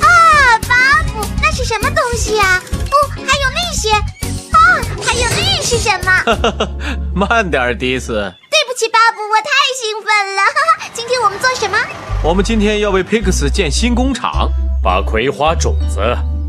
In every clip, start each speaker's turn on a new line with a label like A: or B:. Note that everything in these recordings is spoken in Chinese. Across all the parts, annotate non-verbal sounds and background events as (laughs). A: 啊，巴布，那是什么东西呀、哦，还有那些，啊，还有那是什么？
B: (laughs) 慢点儿，迪斯。
A: 对不起，巴布，我太兴奋了。 (laughs) 哈哈，今天我们做什么？
B: 我们今天要为 Pix 建新工厂，
C: 把葵花种子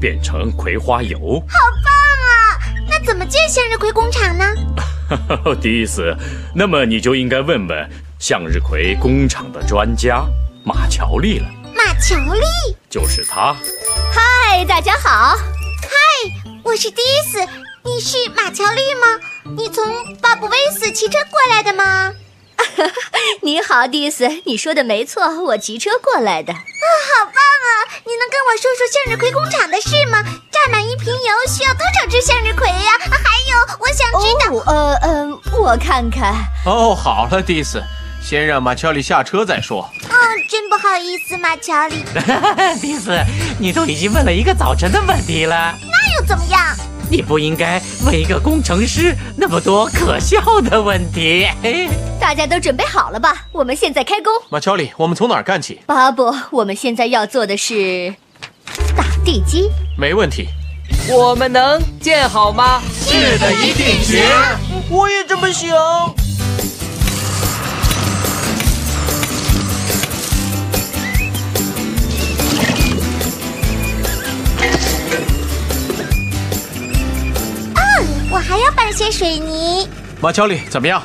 C: 变成葵花油。 (laughs)
A: 啊那怎么建向日葵工厂呢？
C: 迪斯，那么你就应该问问向日葵工厂的专家马乔丽了，
A: 马乔丽，
C: 就是他。
D: 嗨，大家好，
A: 我是迪斯，你是马乔丽吗？你从巴布威斯骑车过来的吗？
D: 你好，迪斯，你说的没错，我骑车过来的。
A: 你能跟我说说向日葵工厂的事吗？榨满一瓶油需要多少只向日葵呀、啊还有，我想知道。
D: 哦，呃嗯、我看看，
B: 哦，好了，迪斯，先让马乔丽下车再说。
A: 嗯，真不好意思，马乔丽，
E: 迪斯，你都已经问了一个早晨的问题了，
A: 那又怎么样？
E: 你不应该问一个工程师那么多可笑的问题。嘿
D: 大家都准备好了吧？我们现在开工。
B: 马乔丽，我们从哪儿干起？
D: 巴布，我们现在要做的是打地基。
B: 没问题。
F: 我们能建好吗？是的，一定行。我也这么想。
A: 我还要拌些水泥。
B: 马乔丽，怎么样？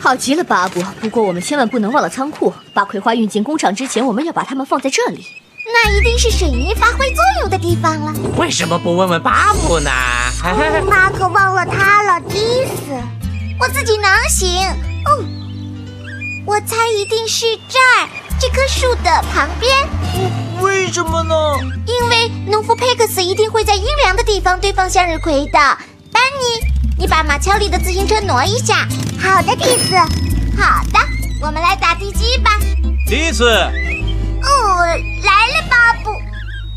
D: 好极了，巴布。不过我们千万不能忘了仓库。把葵花运进工厂之前，我们要把它们放在这里。
A: 那一定是水泥发挥作用的地方了。
E: 为什么不问问巴布呢？
F: 哎
A: 马可忘了他了，迪斯，我自己能行。哦，我猜一定是这儿这棵树的旁边，
F: 嗯为什么呢？
A: 因为农夫佩克斯一定会在阴凉的地方堆放向日葵的。丹尼，你把马乔里的自行车挪一下。好的，迪斯。好的，我们来打地基吧。
B: (laughs) 迪斯，
A: 哦，来了，巴布。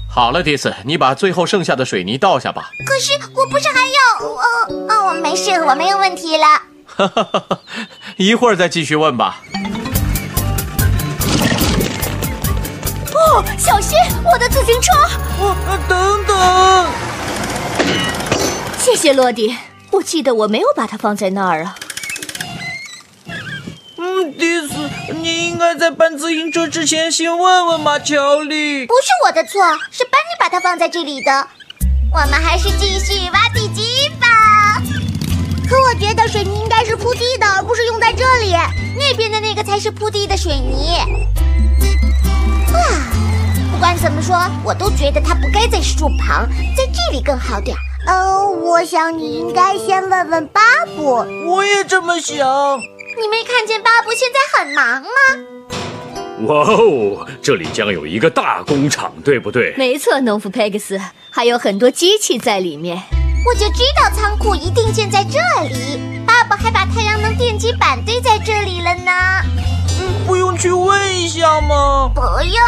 B: 好了，迪斯，你把最后剩下的水泥倒下吧。 (laughs)
A: 可是我不是还要……哦哦，没事，我没有问题了。
B: 哈哈哈哈，一会儿再继续问吧。
D: 哦，小心我的自行车！
F: 我等等，
D: 谢谢洛迪，我记得我没有把它放在那儿啊。
F: 嗯，迪斯，你应该在搬自行车之前先问问马乔丽。
A: 不是我的错，是班尼把它放在这里的。我们还是继续挖地基吧。可我觉得水泥应该是铺地的，而不是用在这里。那边的那个才是铺地的水泥。哇，不管怎么说，我都觉得它不该在树旁，在这里更好点儿。呃，我想你应该先问问巴布。
F: 我也这么想。
A: 你没看见巴布现在很忙吗？
C: 哇哦，这里将有一个大工厂，对不对？
D: 没错，农夫佩克斯，还有很多机器在里面。
A: 我就知道仓库一定建在这里。爸爸还把太阳能电极板堆在这里了呢。
F: 嗯，不用去问一下吗？
A: 不用，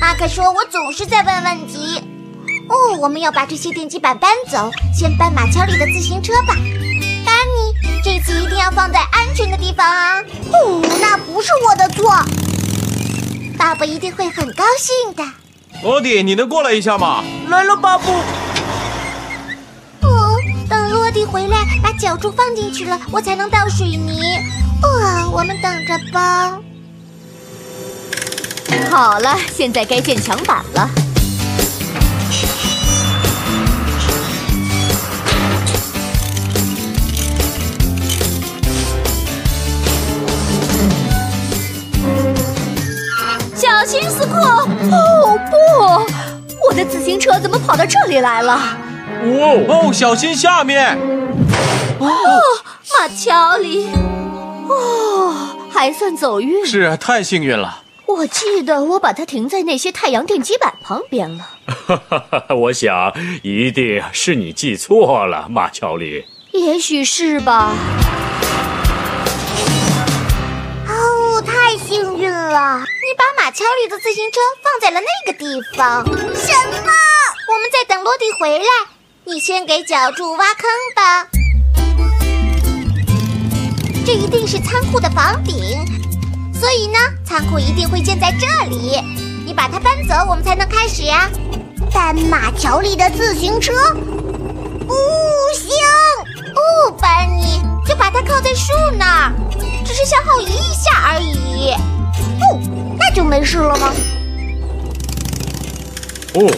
A: 马克说，我总是在问问题。哦，我们要把这些电极板搬走，先搬马乔里的自行车吧。丹尼，这次一定要放在安全的地方啊。哦，那不是我的错。爸爸一定会很高兴的。
B: 罗迪，你能过来一下吗？
F: 来了，巴布。
A: 哦，等落地回来，把脚柱放进去了，我才能倒水泥。哇，我们等着吧。
D: 好了，现在该建墙板了。小心，斯库！哦不，我的自行车怎么跑到这里来了？
C: 哇哦， (laughs)
B: 哦，小心下面！
D: 马乔里，哦，还算走运。
B: 是啊，太幸运了。
D: 我记得我把它停在那些太阳电极板旁边了，
C: 我想一定是你记错了，马乔丽。
D: 也许是吧。
A: 哦，太幸运了！你把马乔丽的自行车放在了那个地方。什么？我们在等罗迪回来。你先给脚柱挖坑吧。这一定是仓库的房顶，所以呢，仓库一定会建在这里。你把它搬走，我们才能开始啊呀、搬马乔丽的自行车？不行，不搬你，就把它靠在树那儿，只是消耗一下而已。不，那就没事了吗？
C: 哦，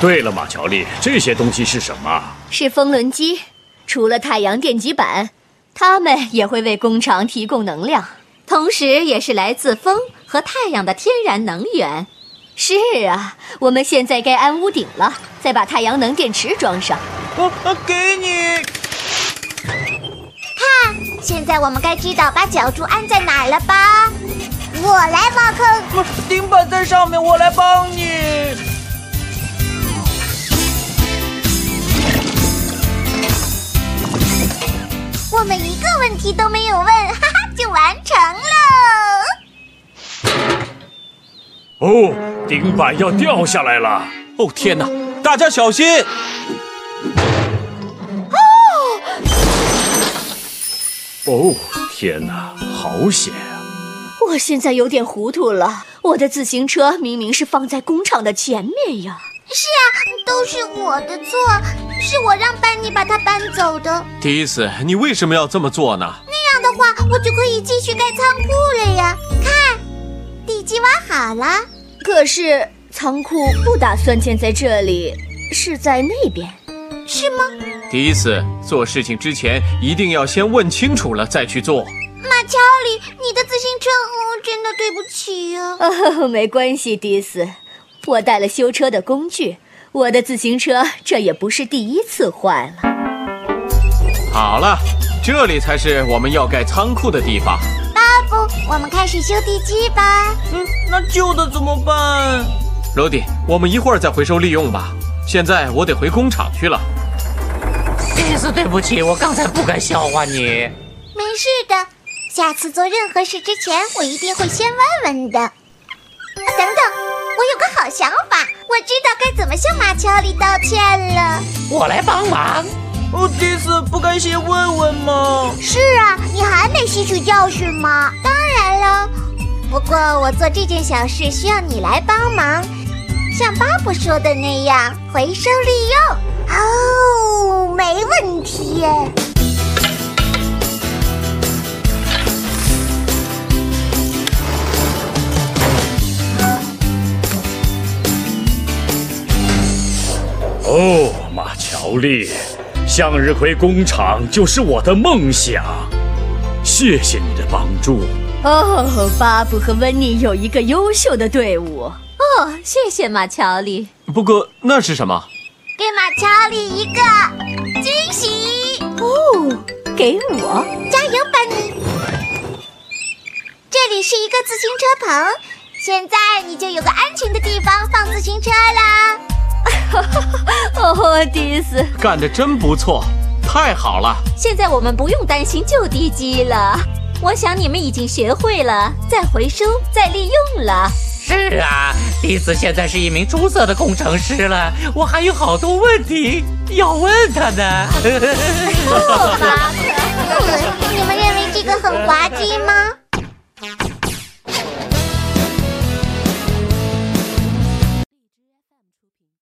C: 对了，马乔丽，这些东西是什么？
D: 是风轮机，除了太阳电极板，它们也会为工厂提供能量，同时也是来自风和太阳的天然能源。是啊，我们现在该安屋顶了，再把太阳能电池装上。
F: 啊啊，给你。
A: 现在我们该知道把脚柱安在哪儿了吧？我来挖坑，
F: 不是顶板在上面，我来帮你。
A: 我们一个问题都没有问，哈哈，就完成了。
C: 哦，顶板要掉下来了。
B: 哦天哪！大家小心！
C: 哦，天哪，好险啊！
D: 我现在有点糊涂了，我的自行车明明是放在工厂的前面呀。
A: 是啊，都是我的错，是我让班尼把它搬走的。
B: 迪斯，你为什么要这么做呢？
A: 这样的话，我就可以继续盖仓库了呀。看，地基挖好了，
D: 可是仓库不打算建在这里，是在那边。
A: 是吗？
B: 迪斯，做事情之前一定要先问清楚了再去做。
A: 马乔里，你的自行车，哦，真的对不起呃呀、
D: 哦， (laughs) 没关系，迪斯，我带了修车的工具。我的自行车这也不是第一次坏了。
B: 好了，这里才是我们要盖仓库的地方。
A: 巴布，我们开始修地基吧。
F: 嗯，那旧的怎么办？
B: 罗迪，我们一会儿再回收利用吧。现在我得回工厂去了。
E: 迪斯，对不起，我刚才不该笑话你。
A: 没事的，下次做任何事之前，我一定会先问问的。啊等等，我有个好想法，我知道该怎么向马乔里道歉了。
E: 我来帮忙。
F: 哦，迪斯，不该先问问吗？
A: 是啊，你还没吸取教训吗？当然了，不过我做这件小事需要你来帮忙，像巴布说的那样，回收利用。哦，没问题。
C: 哦，马乔丽，向日葵工厂就是我的梦想。谢谢你的帮助。
D: 哦，巴布和温妮有一个优秀的队伍。哦，谢谢马乔丽。
B: 不过那是什么？
A: 给马乔里一个惊喜，
D: 哦，给我。
A: 加油，班尼！这里是一个自行车棚，现在你就有个安全的地方放自行车啦。
D: 哦，迪斯，
B: 干得真不错，太好了！
D: 现在我们不用担心旧地基了。我想你们已经学会了再回收、再利用了。
E: 是啊，迪斯现在是一名出色的工程师了，我还有好多问题要问他呢。
D: 哦，巴布。